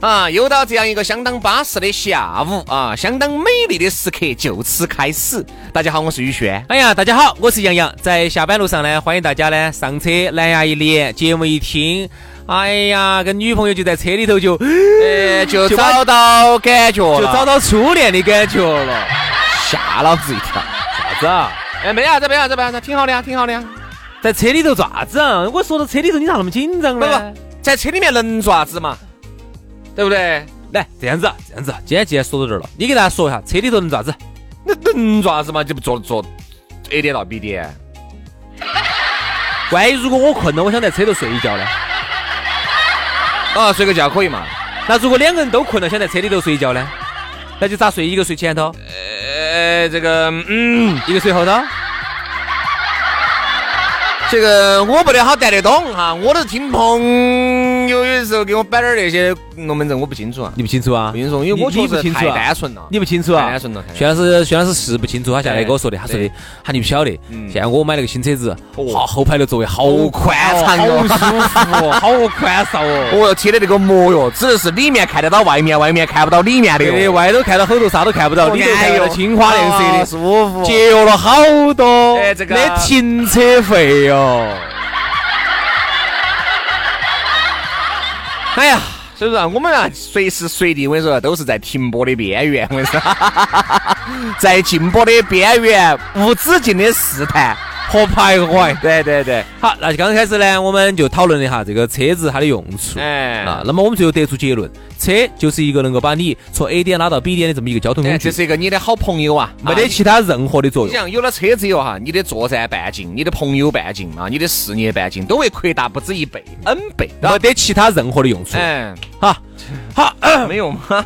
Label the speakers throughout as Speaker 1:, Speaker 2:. Speaker 1: 啊！又到这样一个相当巴适的下午啊，相当美丽的时刻就此开始。大家好，我是宇轩。
Speaker 2: 哎呀，大家好，我是杨洋，在下班路上呢，欢迎大家呢上车，蓝牙一连，节目一听，哎呀，跟女朋友就在车里头 就
Speaker 1: 呃，就
Speaker 2: 就把
Speaker 1: 找到感觉了，
Speaker 2: 就找到初恋的感觉了。
Speaker 1: 吓老子一跳。
Speaker 2: 啥子啊？
Speaker 1: 哎，没啥子，没啥子，没啥子，挺好的呀，挺好的呀。
Speaker 2: 在车里头做啥子啊？我说到车里头，你咋那么紧张
Speaker 1: 不
Speaker 2: 呢？
Speaker 1: 不，在车里面能做啥子嘛？对不对？
Speaker 2: 来这样子啊，这样子啊，今天既然说到这儿了，你给大家说一下车里头能做啥子？
Speaker 1: 那能做啥子嘛？就不做做 A 点到 B 点。
Speaker 2: 万一如果我困了，我想在车头睡一觉呢？
Speaker 1: 啊，睡个觉可以嘛？
Speaker 2: 那如果两个人都困了，想在车里头睡一觉呢？那就咋睡？一个睡前头，
Speaker 1: 呃，这个，嗯。
Speaker 2: 一个睡后头。
Speaker 1: 这个我不得好带得懂哈，我都听朋友有时候给我摆点儿那些龙门阵，我不清楚啊，
Speaker 2: 你不清楚啊？
Speaker 1: 不清楚，因为我
Speaker 2: 你
Speaker 1: 确
Speaker 2: 你不
Speaker 1: 实
Speaker 2: 清楚
Speaker 1: 太
Speaker 2: 啊
Speaker 1: 单纯了。
Speaker 2: 你不清楚啊？
Speaker 1: 太单纯了太单
Speaker 2: 薛老师，薛老师是不清楚，他下来
Speaker 1: 对
Speaker 2: 跟我说的，他说的
Speaker 1: 对，
Speaker 2: 他你不晓得。
Speaker 1: 嗯
Speaker 2: 现在我买了个新车子，
Speaker 1: 哦
Speaker 2: 哇，后排的座位好宽敞
Speaker 1: 哦
Speaker 2: 哦，好舒服哦，好宽敞哦。
Speaker 1: 我贴的那个膜哟，指的是里面看得到外面，外面看不到里面的
Speaker 2: 对的，
Speaker 1: 哟。
Speaker 2: 外头看到后头啥都看不到，
Speaker 1: 哦
Speaker 2: 里头看到青花亮色
Speaker 1: 啊
Speaker 2: 的，
Speaker 1: 舒服。
Speaker 2: 节约了好多
Speaker 1: 哎这个
Speaker 2: 的停车费 哦。
Speaker 1: 哎呀，所以说啊我们啊，随时随地，我跟你说，啊都是在停泊的边缘，我跟你说， 在禁泊的边缘，无止境的试探和徘徊。对对对，
Speaker 2: 好，那就刚开始呢，我们就讨论了一下这个车子它的用处。
Speaker 1: 哎
Speaker 2: 啊，那么我们最后得出结论，车就是一个能够把你从 A 点拉到 B 点的这么一个交通
Speaker 1: 哎
Speaker 2: 工具
Speaker 1: 这，是一个你的好朋友啊，
Speaker 2: 没
Speaker 1: 啊
Speaker 2: 得其他任何的作
Speaker 1: 你
Speaker 2: 用。
Speaker 1: 想有了车子以后哈，你的作战半径、你的朋友半径啊、你的事业半径都会扩大不止一倍、n 倍。
Speaker 2: 没得其他任何的用处。
Speaker 1: 嗯，
Speaker 2: 哈，好，
Speaker 1: 没有吗？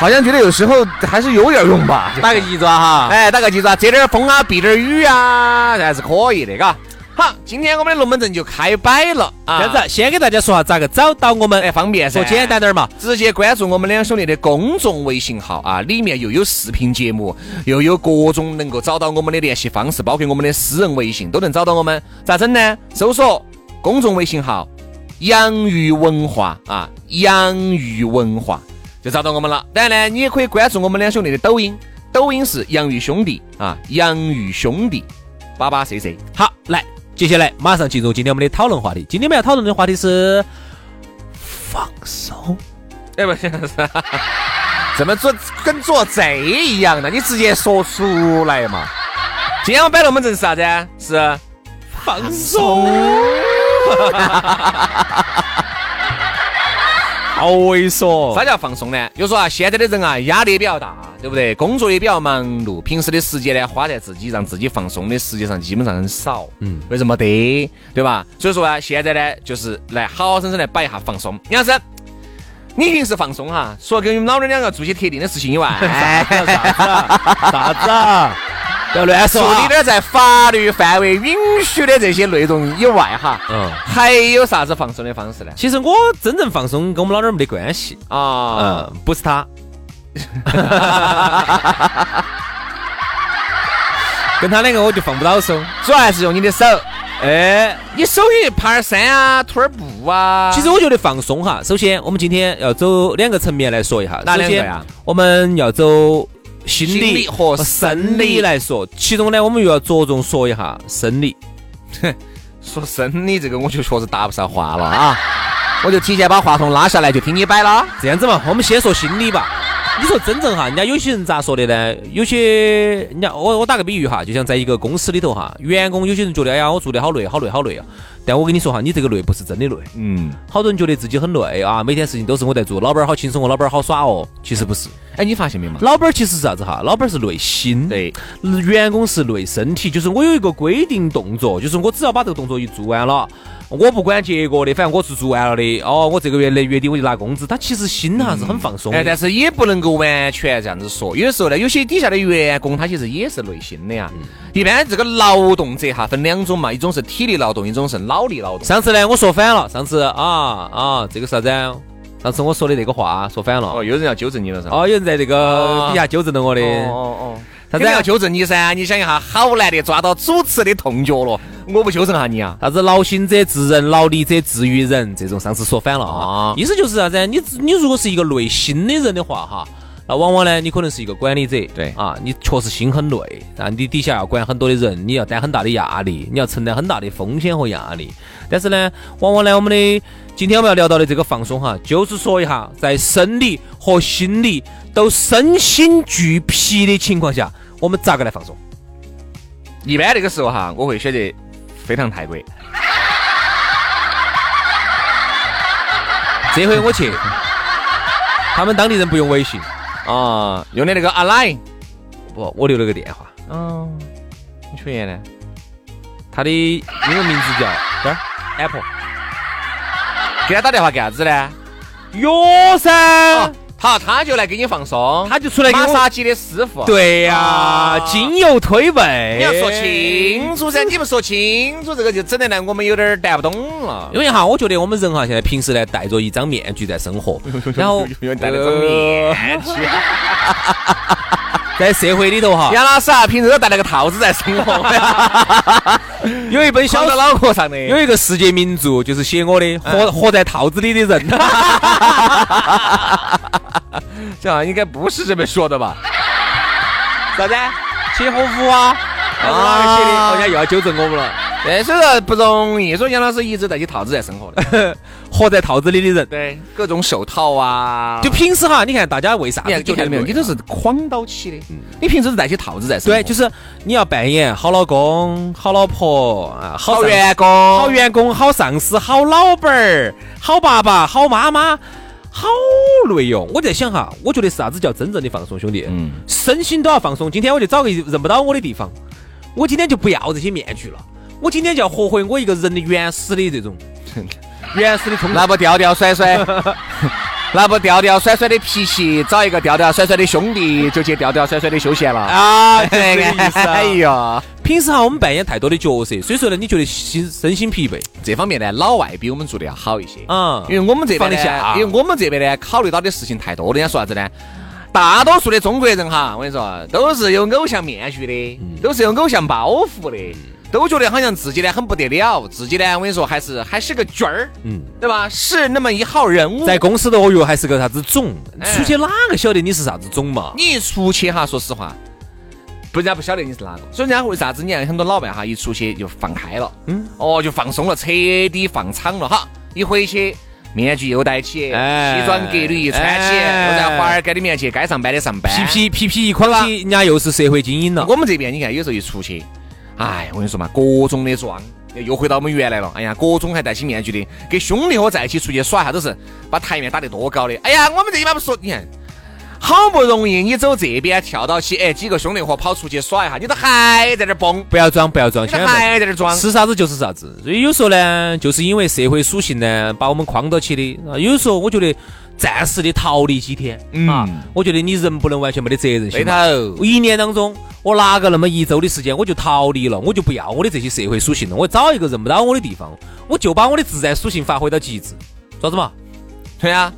Speaker 1: 好像觉得有时候还是有点用 吧。
Speaker 2: 打个一抓哈。
Speaker 1: 哎，打个记住啊，遮点儿风啊，避点儿雨啊，这还是可以的，嘎。好，今天我们的龙门阵就开摆了啊。
Speaker 2: 这样子，先给大家说下咋个找到我
Speaker 1: 哎，
Speaker 2: 们，
Speaker 1: 方便噻。
Speaker 2: 说简单点儿嘛。
Speaker 1: 直接关注我们两兄弟的公众微信号啊，里面又有视频节目，又有各种能够找到我们的联系方式，包括我们的私人微信都能找到我们。咋整呢？搜索公众微信号“养鱼文化”啊，“养鱼文化”就找到我们了。当然呢，你也可以关注我们两兄弟的抖音，抖音是“养鱼兄弟”啊，“养鱼兄弟”八八 cc。
Speaker 2: 好，来，接下来马上进入今天我们的讨论话题。今天我们要讨论的话题是放手。
Speaker 1: 哎，不是， 怎么做跟做贼一样的？你直接说出来嘛。今天我摆龙门阵是啥子啊？是
Speaker 2: 放手。好猥琐
Speaker 1: 啥，叫放松呢？就说啊，现在的人啊，压力也比较大，对不对？工作也比较忙碌，平时的时间呢，花在自己让自己放松的时间上，基本上很少。嗯，为什么得？对吧？所以说啊，现在呢，就是来好好生生来摆一下放松。杨老师，你平时放松哈，除了跟你们老娘两个做些特定的事情以外，
Speaker 2: 啥子啊？不要乱
Speaker 1: 处
Speaker 2: 说啊
Speaker 1: 理点在法律范围允许的这些内容以外哈，
Speaker 2: 嗯
Speaker 1: 还有啥子放松的方式呢？
Speaker 2: 其实我真正放松跟我们老娘儿没得关系。
Speaker 1: 啊，
Speaker 2: 嗯，不是 他，跟他两个我就放不到手。
Speaker 1: 主要还是用你的手，
Speaker 2: 哎，
Speaker 1: 你手也爬点山啊，徒点步啊。
Speaker 2: 其实我觉得放松哈，首先我们今天要走两个层面来说一下，
Speaker 1: 哪
Speaker 2: 首
Speaker 1: 两
Speaker 2: 先
Speaker 1: 个呀
Speaker 2: 我们要走心
Speaker 1: 心理
Speaker 2: 理
Speaker 1: 和生
Speaker 2: 生
Speaker 1: 理
Speaker 2: 理来说，其中呢，我们又要着重说一下生理。
Speaker 1: 说生理这个，我就确实搭不上话了啊，我就提前把话筒拉下来，就听你摆了。
Speaker 2: 这样子嘛，我们先说心理吧。你说真正哈，人家有些人咋说的呢？有些人家我我打个比喻哈，就像在一个公司里头哈，员工有些人觉得哎呀，我做的好累，好累，好累啊。但我跟你说哈，你这个累不是真的累，
Speaker 1: 嗯，
Speaker 2: 好多人觉得自己很累啊，每天事情都是我在做，老板儿好轻松哦，老板儿好耍哦，其实不是，
Speaker 1: 哎，你发现没嘛？
Speaker 2: 老板儿其实是啥子哈？老板儿是累心，
Speaker 1: 对，
Speaker 2: 员工是累身体，就是我有一个规定动作，就是我只要把这个动作一做完了。我不管结果的，反正我是做完了的。哦，我这个月的月底我就拿工资。他其实心哈是很放松的。
Speaker 1: 哎，但是也不能够完全这样子说。有的时候呢，有些底下的员工他其实也是内心的呀。
Speaker 2: 嗯
Speaker 1: 一般这个劳动者哈分两种嘛，一种是体力劳动，一种是脑力劳动。
Speaker 2: 上次呢，我说反了。上次啊啊，这个啥子啊？上次我说的那个话说反了。
Speaker 1: 哦，有人要纠正你了噻。
Speaker 2: 哦，有人在这个
Speaker 1: 哦
Speaker 2: 底下纠正了我的。
Speaker 1: 哦
Speaker 2: 啥
Speaker 1: 肯
Speaker 2: 子
Speaker 1: 定
Speaker 2: 啊
Speaker 1: 要纠正你噻！你想一下，好难得抓到主持的痛脚了，我不纠正下你啊！
Speaker 2: 啥子劳心者治人，劳力者治于人，这种上次说反了啊
Speaker 1: 啊。
Speaker 2: 意思就是啥子啊？你你如果是一个累心的人的话哈，那往往呢，你可能是一个管理者，
Speaker 1: 对
Speaker 2: 啊，你确实心很累，啊，你底下要管很多的人，你要担很大的压力，你要承担很大的风险和压力。但是呢，往往呢，我们的今天我们要聊到的这个放松哈，就是说一下在生理和心理都身心俱疲的情况下，我们咋个来放松？
Speaker 1: 一般那个时候哈，我会选择飞趟泰国。
Speaker 2: 这回我去， 他们当地人不用微信。
Speaker 1: 啊、用的那个 Align，
Speaker 2: 不，我留了个电话，
Speaker 1: 嗯，你确认呢？
Speaker 2: 他的英文名字叫这儿
Speaker 1: 啊
Speaker 2: Apple
Speaker 1: 给他打电话干啥子呢？
Speaker 2: 哟噻
Speaker 1: 哦，，好，他就来给你放松，
Speaker 2: 他就出来给
Speaker 1: 马
Speaker 2: 我
Speaker 1: 杀鸡的师傅。，
Speaker 2: 对呀、
Speaker 1: 啊
Speaker 2: 精油推背，
Speaker 1: 你要说清楚噻，你不说清楚，这个就整得来我们有点儿谈不懂了。
Speaker 2: 因为哈，我觉得我们人哈，现在平时呢戴着一张面具在生 活，然后呃
Speaker 1: 永远戴那张面具，
Speaker 2: 在社会里头哈，
Speaker 1: 杨老师啊，平时都戴了个套子在生活，
Speaker 2: 有一本小
Speaker 1: 小到啊
Speaker 2: 说，
Speaker 1: 脑壳上的。
Speaker 2: 有一个世界名著就是写我的，活活在套子里的 人。
Speaker 1: 啊这样应该不是这么说的吧？
Speaker 2: 啥子？切和夫啊？还是哪个写的？
Speaker 1: 啊
Speaker 2: 人家又要纠正我们了。
Speaker 1: 这所以说不容易，所以杨老师一直戴起套子在生活的，
Speaker 2: 活在套子里的人，
Speaker 1: 对，各种手套啊，
Speaker 2: 就平时哈，你看大家为啥
Speaker 1: 你
Speaker 2: 子
Speaker 1: 看，
Speaker 2: 觉
Speaker 1: 你
Speaker 2: 得
Speaker 1: 看没有？
Speaker 2: 累
Speaker 1: 你都是框到起的，你平时是戴起套子在生活，
Speaker 2: 对，就是你要扮演好老公、好老婆啊，好
Speaker 1: 好
Speaker 2: 上
Speaker 1: 员工，
Speaker 2: 好员工、好上司、好老板儿、好爸爸、好妈妈，好累哟！我在想哈，我觉得啥子叫真正的放松，兄弟？
Speaker 1: 嗯
Speaker 2: 身心都要放松。今天我就找个认不到我的地方，我今天就不要这些面具了，我今天就要活回我一个人的原始的这种 原始的冲动。
Speaker 1: 那不吊吊甩甩， 那不吊吊甩甩的脾气，找一个吊吊甩甩的兄弟，就去吊吊甩甩的休闲 了。
Speaker 2: 啊，就
Speaker 1: 哎！
Speaker 2: 这个意思啊
Speaker 1: 呀，
Speaker 2: 平时哈，我们扮演太多的角色，所以说呢，你觉得心身心疲惫
Speaker 1: 这方面呢，老外比我们做的要好一些
Speaker 2: 啊
Speaker 1: 因为我们这边呢
Speaker 2: 放得下啊
Speaker 1: 因为我们这边呢，考虑到的事情太多了。人家说啥子呢？大多数的中国人哈，我跟你说，都是有偶像面具
Speaker 2: 嗯
Speaker 1: 的，都是有偶像包袱的，都觉得好像自己呢很不得了，自己呢，我跟你说，还是还是个角儿，
Speaker 2: 嗯
Speaker 1: 嗯，对吧？是那么一号人物。
Speaker 2: 在公司的哦哟，还是个啥子种，
Speaker 1: 哎
Speaker 2: 出去哪个晓得你是啥子种嘛？
Speaker 1: 你一出去哈，说实话，不人家不晓得你是哪个，所以人家为啥子？你看很多老外哈，一出去就放开了，
Speaker 2: 嗯
Speaker 1: 嗯，哦，就放松了，彻底放敞了哈，一回去。面具又戴起，
Speaker 2: 哎
Speaker 1: 西装革履一穿起，
Speaker 2: 哎
Speaker 1: 又在华尔街里面去，该上班的上班。
Speaker 2: 皮皮皮皮一框起，人家又是社会精英了。
Speaker 1: 哎我们这边你看，有时候一出去，哎，我跟你说嘛，各种的装，又回到我们原来了。哎呀，各种还戴起面具的，跟兄弟伙在一起出去耍一下，都是把台面打得多高的。哎呀，我们这一把不说，你看。好不容易你走这边跳到起，哎，几个兄弟伙跑出去耍一下，你都还在这儿蹦，
Speaker 2: 不要装，不要装，
Speaker 1: 你
Speaker 2: 千
Speaker 1: 都
Speaker 2: 万不要
Speaker 1: 还在这儿装
Speaker 2: 装，。是啥子就是啥子。所以有时候呢，就是因为社会属性呢，把我们框到起的。啊有时候我觉得暂时的逃离几天，
Speaker 1: 嗯
Speaker 2: 啊，我觉得你人不能完全没得责任
Speaker 1: 对
Speaker 2: 心
Speaker 1: 头
Speaker 2: 嘛。，一年当中，我拿个那么一周的时间，我就逃离了，我就不要我的这些社会属性了，我找一个认不到我的地方，我就把我的自然属性发挥到极致，啥子嘛？
Speaker 1: 对呀、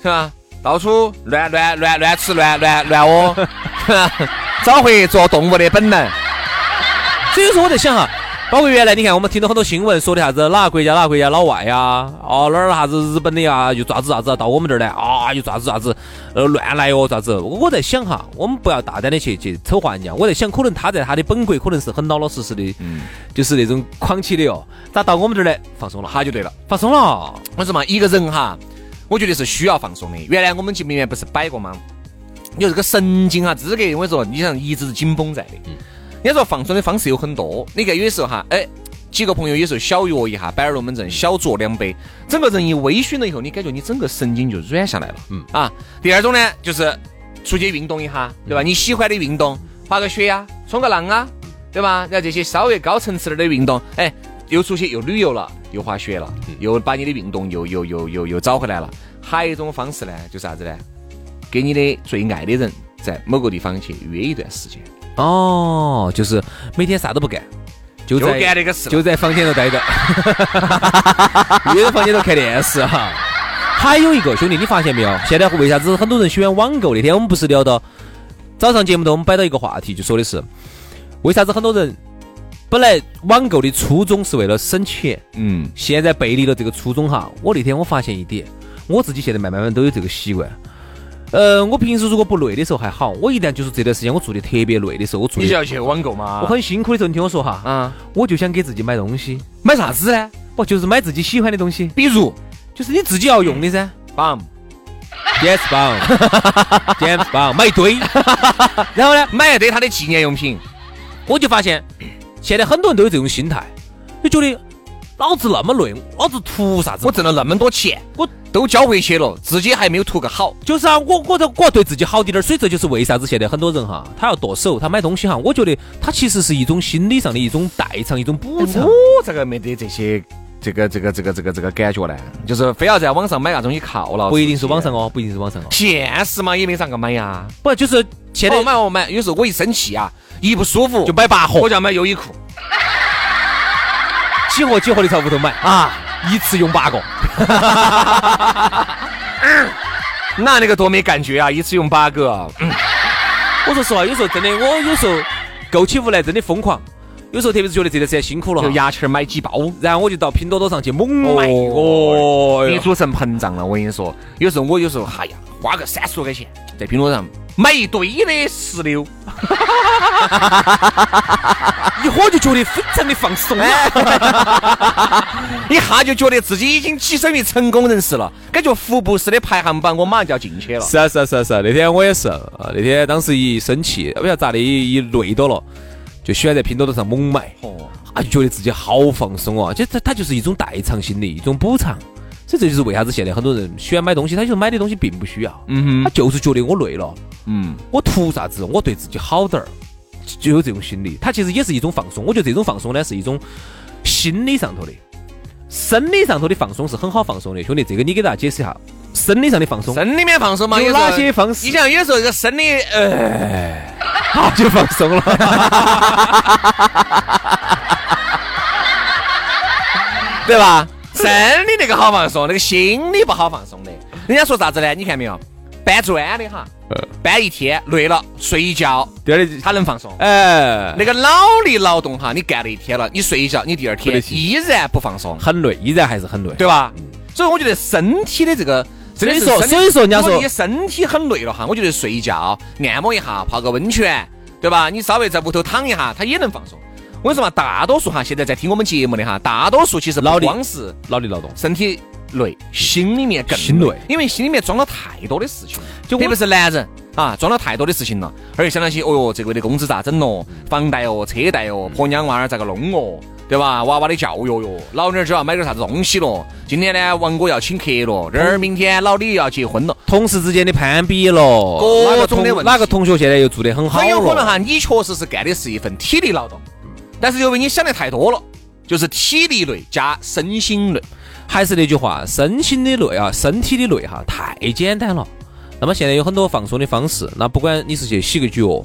Speaker 1: 是吧？到处乱乱乱乱吃乱乱乱窝， 找回做动物的本能。
Speaker 2: 所以说我在想哈，包括原来你看我们听到很多新闻说的啥子哪个国家哪个国家老外呀、哦哪儿啥子日本的呀、又咋子咋子啊，到我们这儿来啊，又咋子咋子，呃乱来哟咋子？我我在想哈，我们不要大胆的去去丑化人家，我在想可能他在他的本国可能是很老老实实的，就是那种框起的哟，咋到我们这儿来放松了哈，
Speaker 1: 他就对了。
Speaker 2: 放松了，
Speaker 1: 我说嘛，一个人哈，我觉得是需要放松的。原来我们节目里面不是摆过吗？你说这个神经哈、啊资格，我跟你说，你想一直是紧绷在的。人家说放松的方式有很多，你看有些时候哈，哎，几个朋友有时候小约一下，摆点龙门阵，小酌两杯，整个人一微醺了以后，你感觉你整个神经就软下来了。嗯啊，第二种呢，就是出去运动一下，对吧？你喜欢的运动，滑个雪呀、冲个浪啊，对吧？然后这些稍微高层次点的运动，哎，又出去又旅游了，又滑雪了，又把你的运动又又又又又找回来了。还有一种方式呢，就是啥子呢？给你的最爱的人在某个地方去约一段时间，
Speaker 2: 哦，就是每天啥都不干，就
Speaker 1: 就
Speaker 2: 在
Speaker 1: 干那个事了
Speaker 2: 就在房间头待着， 又在房间头看电视哈。还有一个兄弟，你发现没有？现在为啥子很多人喜欢网购？那天我们不是聊到早上节目头，我们摆到一个话题，就说的是为啥子很多人本来网购的初衷是为了省钱，
Speaker 1: 嗯，
Speaker 2: 现在背离了这个初衷哈。我那天我发现一点，我自己现在慢慢慢都有这个习惯。呃，我平时如果不累的时候还好，我一旦就是这段时间我做的特别累的时候，我做
Speaker 1: 你
Speaker 2: 的
Speaker 1: 就要去网购嘛。
Speaker 2: 我很辛苦的时候，你听我说哈，
Speaker 1: 啊，
Speaker 2: 我就想给自己买东西，
Speaker 1: 买啥子呢？
Speaker 2: 不就是买自己喜欢的东西，
Speaker 1: 比如
Speaker 2: 就是你自己要用的 噻。
Speaker 1: 棒，
Speaker 2: Yes 棒，Yes 棒，买一 堆。然后呢，
Speaker 1: 买一堆他的纪念用品，
Speaker 2: 我就发现现在很多人都有这种心态，就觉得老子那么累，老子图啥子
Speaker 1: 我？挣了那么多钱，
Speaker 2: 我
Speaker 1: 都交回去了，自己还没有图个好。
Speaker 2: 就是啊，我我这我要对自己好滴点儿，所以这就是为啥子现在很多人哈，他要剁手，他买东西哈，我觉得他其实是一种心理上的一种代偿，一种补偿。
Speaker 1: 我这个没得这些。这个这个这个这个这个感觉呢，就是非要在网上买啥东西犒劳，
Speaker 2: 不一定是网上，哦，不一定是网上哦，
Speaker 1: 现实嘛也没咋个买呀。
Speaker 2: 不就是现在
Speaker 1: 哦买哦买，有时候我一生气啊，一不舒服
Speaker 2: 就买八盒
Speaker 1: 我。就要买优衣库。
Speaker 2: 几盒几盒的朝屋头买啊，一次用八个。
Speaker 1: 那那个多没感觉啊！一次用八个，
Speaker 2: 嗯我说实话，有时候真的，我有时候购起物来真的疯狂，有时候特别是觉得这段时间辛苦了
Speaker 1: 就
Speaker 2: 哈，
Speaker 1: 牙签儿买几包。
Speaker 2: 然后我就到拼多多上去猛买。
Speaker 1: 哦
Speaker 2: 哦，
Speaker 1: 你煮成膨胀了，我跟你说，有时候我有时候，哎呀，花个三十多块钱在拼多多上买一堆的石榴，
Speaker 2: 一喝就觉得非常的放松
Speaker 1: 哎
Speaker 2: 啊。
Speaker 1: 一下就觉得自己已经跻身于成功人士了，感觉福布斯的排行榜我马上就要进去了。
Speaker 2: 是啊是啊是啊是啊，那天我也是啊，那天当时一生气，不晓得咋的，一一累到了，就喜欢在拼多多上猛买，
Speaker 1: 哦，
Speaker 2: 啊，就觉得自己好放松哦。其实它它就是一种代偿心理，一种补偿。所以这就是为啥子现在很多人喜欢买东西，他就是买的东西并不需要，
Speaker 1: 嗯
Speaker 2: 他
Speaker 1: 哼，
Speaker 2: 就是觉得我累了，
Speaker 1: 嗯，
Speaker 2: 我图啥子？我对自己好点儿，就有这种心理。它其实也是一种放松。我觉得这种放松呢，是一种心理上头的，生理上头的放松是很好放松的。兄弟，这个你给大家解释一下，生理上的放松
Speaker 1: 生理面放松嘛，
Speaker 2: 有
Speaker 1: 时候
Speaker 2: 哪些方式
Speaker 1: 你想，有时候这个生理，呃，
Speaker 2: 啊就放松了。
Speaker 1: 对吧？生理那个好放松，那个心理不好放松的。人家说啥子呢？你看没有？搬砖的哈，
Speaker 2: 嗯
Speaker 1: 搬一天累了睡一觉，
Speaker 2: 第二呢，
Speaker 1: 他能放松。
Speaker 2: 哎，
Speaker 1: 那个脑力劳动哈，你干了一天了，你睡一觉，你第二
Speaker 2: 不得嗯
Speaker 1: 天
Speaker 2: 行
Speaker 1: 依然不放松，
Speaker 2: 很累，依然还是很累。
Speaker 1: 对吧？所以我觉得身体的这个。真的是
Speaker 2: 所以说
Speaker 1: 身体
Speaker 2: 所以说人家说
Speaker 1: 如果你身体很累了哈，我觉得睡一觉、按摩一下、泡个温泉，对吧？你稍微在屋头躺一下，它也能放松。我跟你说嘛，大多数哈，现在在听我们节目的哈，大多数其实
Speaker 2: 劳
Speaker 1: 不
Speaker 2: 力
Speaker 1: 光是
Speaker 2: 脑力劳动。
Speaker 1: 身体累，心里面更
Speaker 2: 心累
Speaker 1: 因为心里面装了太多的事情，
Speaker 2: 就
Speaker 1: 特
Speaker 2: 我
Speaker 1: 别是男人啊，装了太多的事情了，而且想到起，哦哟，这个月的工资咋整咯？房贷哦，车贷哦，婆娘娃儿咋个弄哦？对吧？娃娃的教育哟，老娘儿就要买点啥子东西咯。今天呢，王哥要请客咯，这儿明天老李要结婚了。
Speaker 2: 同事之间的攀比咯，
Speaker 1: 各
Speaker 2: 哪个
Speaker 1: 种的
Speaker 2: 同
Speaker 1: 问题
Speaker 2: 哪个同学现在又做得很好
Speaker 1: 很有可能
Speaker 2: 了
Speaker 1: 哈，你确实是干的是一份体力劳动，但是由于你想的太多了，就是体力累加身心累。
Speaker 2: 还是那句话，身心的累啊，身体的累哈、太简单了。那么现在有很多放松的方式，那不管你是去洗个脚，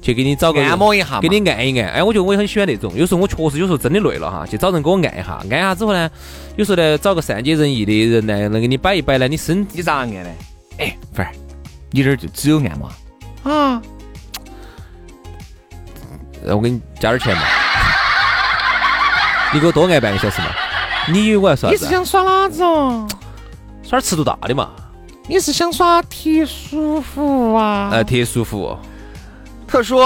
Speaker 2: 去给你找个人
Speaker 1: 按摩一下嘛
Speaker 2: 给你按一按。哎，我觉得我也很喜欢那种，有时候我确实有时候真的累了哈，去找人给我按一下，按一下之后呢，有时候呢找个善解人意的人呢，能给你摆一摆呢，你身
Speaker 1: 你咋按呢？哎，凡儿，你这儿就只有按摩啊。啊，
Speaker 2: 呃我给你加点钱嘛，你给我多按半个小时嘛。你以为我要耍啥
Speaker 3: 你
Speaker 2: 子
Speaker 3: 是
Speaker 2: 啊？
Speaker 3: 想耍哪种？
Speaker 2: 耍点尺度大的嘛，
Speaker 3: 哦你是想耍特殊服务啊？
Speaker 2: 呃，特殊服务。
Speaker 1: 特殊，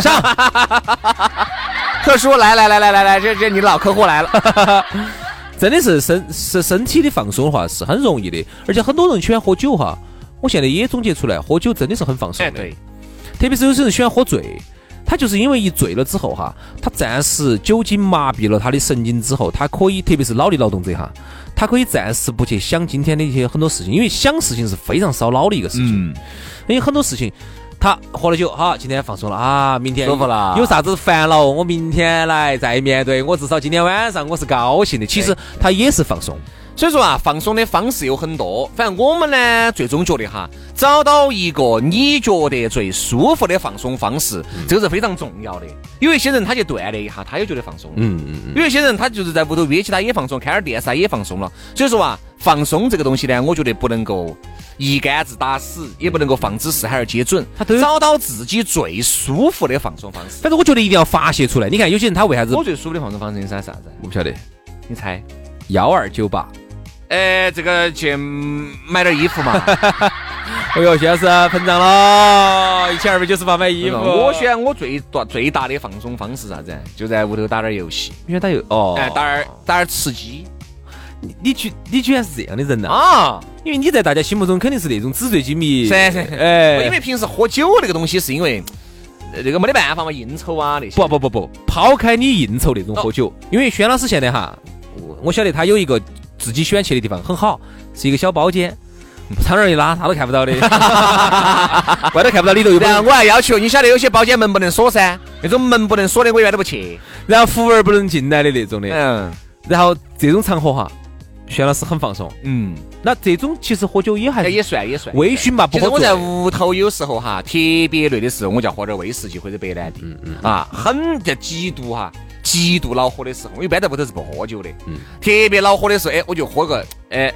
Speaker 1: 上， 特殊，来来来来来来，这这你老客户来了，
Speaker 2: 真的是身是身体的放松的话是很容易的，而且很多人喜欢喝酒哈。我现在也总结出来，喝酒真的是很放松
Speaker 1: 哎，
Speaker 2: 的。
Speaker 1: 对，
Speaker 2: 特别是有些人喜欢喝醉，他就是因为一醉了之后哈，他暂时酒精麻痹了他的神经之后，他可以特别是脑力劳动者哈，他可以暂时不去想今天的一些很多事情，因为想事情是非常烧脑的一个事情，
Speaker 4: 嗯，
Speaker 2: 因为很多事情。他喝了酒，好，今天放松了啊，明天
Speaker 1: 舒服了
Speaker 2: 有啥子烦恼，我明天来再面对。我至少今天晚上我是高兴的。其实他也是放松，
Speaker 1: 所以说啊，放松的方式有很多，反正我们呢，最终觉得哈，找到一个你觉得最舒服的放松方式，这个是非常重要的。有一些人他就锻炼一下，他也觉得放松了。
Speaker 2: 嗯嗯嗯，
Speaker 1: 有一些人他就是在屋头约起，他也放松；看点电视，他也放松了。所以说啊，放松这个东西呢，我觉得不能够一竿子打死，也不能够放之四海而皆准。
Speaker 2: 他都有
Speaker 1: 找到自己最舒服的放松方式。
Speaker 2: 反正我觉得一定要发泄出来。你看有些人他为啥子
Speaker 1: 我最舒服的放松方式是啥子？
Speaker 2: 我不晓得
Speaker 1: 你猜？
Speaker 2: 幺二九八？
Speaker 1: 哎，这个去嗯买点衣服嘛。
Speaker 2: 哎呦，徐老师膨胀了，一千二百九十八买衣服。
Speaker 1: 我喜欢我最大最大的放松方式是啥子？就在屋头打点游戏，
Speaker 2: 你喜欢打游哦，
Speaker 1: 哎，打点打点吃鸡
Speaker 2: 你你居你居然是这样的人呐、
Speaker 1: 啊。
Speaker 2: 因为你在大家心目中肯定是那种纸醉金迷，
Speaker 1: 是是是
Speaker 2: 哎，
Speaker 1: 因为平时喝酒这个东西，是因为呃这个没得办法嘛，应酬啊那些。
Speaker 2: 不不不不，抛开你应酬那种喝
Speaker 1: 哦
Speaker 2: 酒，因为轩老师现在哈，我我晓得他有一个自己喜欢去的地方，很好，是一个小包间，窗帘一拉啥都看不 到的，外头看不到，里头又不
Speaker 1: 然后
Speaker 2: 能，
Speaker 1: 我还要求，你晓得有些包间门不能锁噻，那种门不能锁的我一般都不去。
Speaker 2: 然后服务员不能进来的那种的，
Speaker 1: 嗯
Speaker 2: 然后这种场合哈，轩老师很放松。
Speaker 1: 嗯，
Speaker 2: 那这种其实喝酒也还
Speaker 1: 哎也算也算。
Speaker 2: 微醺吧，不
Speaker 1: 其实
Speaker 2: 喝
Speaker 1: 我在
Speaker 2: 醉。
Speaker 1: 屋头有时候哈，特别累的时候，我就要喝点威士忌或者白兰
Speaker 2: 嗯
Speaker 1: 地，啊，很就极度哈，极度恼火的时候，我一般在屋头是不喝酒的，
Speaker 2: 嗯
Speaker 1: 特别恼火的时候，哎，我就喝个哎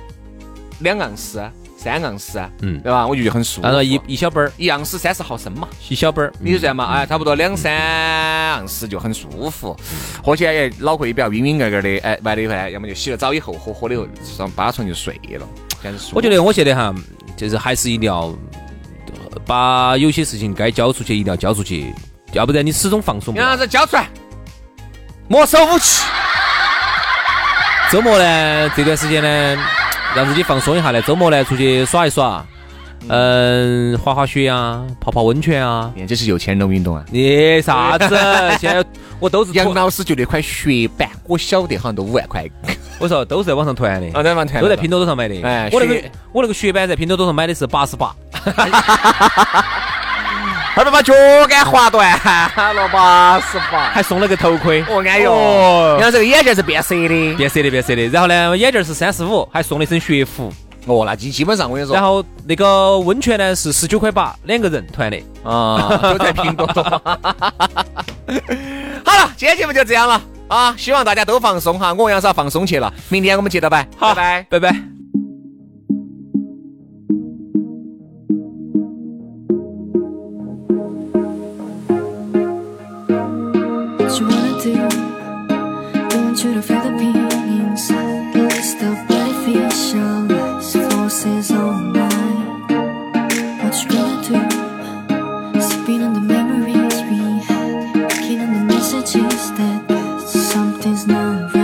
Speaker 1: 两盎司、啊三盎司，
Speaker 2: 嗯
Speaker 1: 对吧？我就觉得很舒服。
Speaker 2: 按照一一小杯儿，
Speaker 1: 一盎司三十毫升嘛，
Speaker 2: 一小杯儿，
Speaker 1: 你就这样嘛，哎，差不多两三盎司就很舒服，喝起来哎，脑壳也比较晕晕盖盖的，哎，完了以后呢，要么就洗了澡以后喝，喝了以后上八床就睡了，这样子舒服。
Speaker 2: 我觉得我现在哈，就是还是一定要呃把有些事情该交出去，一定要交出去，要不然你始终放松不
Speaker 1: 你啥
Speaker 2: 了。
Speaker 1: 子交出来，没收武器。
Speaker 2: 周末呢，这段时间呢，让自己放松一下呢。周末呢，出去耍一耍，嗯、滑滑雪啊，泡泡温泉啊。
Speaker 1: 你看这是有钱人的运动啊。
Speaker 2: 你啥子？ 现在我都是
Speaker 1: 杨
Speaker 2: 团，
Speaker 1: 老师就那块雪板，我晓得好像都五万块。
Speaker 2: 我说都是在网上团的，
Speaker 1: 啊，那蛮团
Speaker 2: 都在拼多多上买的。
Speaker 1: 哎
Speaker 2: 我那个
Speaker 1: 雪
Speaker 2: 我那个雪板在拼多多上买的是八十八。
Speaker 1: 二百把脚杆划断了八十八。
Speaker 2: 还送了个头盔。
Speaker 1: 哦，哎呦，
Speaker 2: 哦
Speaker 1: 你看这个眼镜是变色的。
Speaker 2: 变色的，变色的。然后呢，眼镜儿是三十五，还送了一身学服。
Speaker 1: 哦，那基基本上我跟你说
Speaker 2: 然，后那个温泉呢是十九块八，两个人团的。
Speaker 1: 啊， 都在拼多多。好了，今天节目就这样了啊，希望大家都放松哈。我杨少放松去了，明天我们接着摆，拜拜。
Speaker 2: 拜拜。
Speaker 5: what you wanna do. Don't you to feel the pain inside? It's the artificial lies, forces all mine. What you gonna do? Sipping on the memories we had, picking on the messages that something's not right. Oh,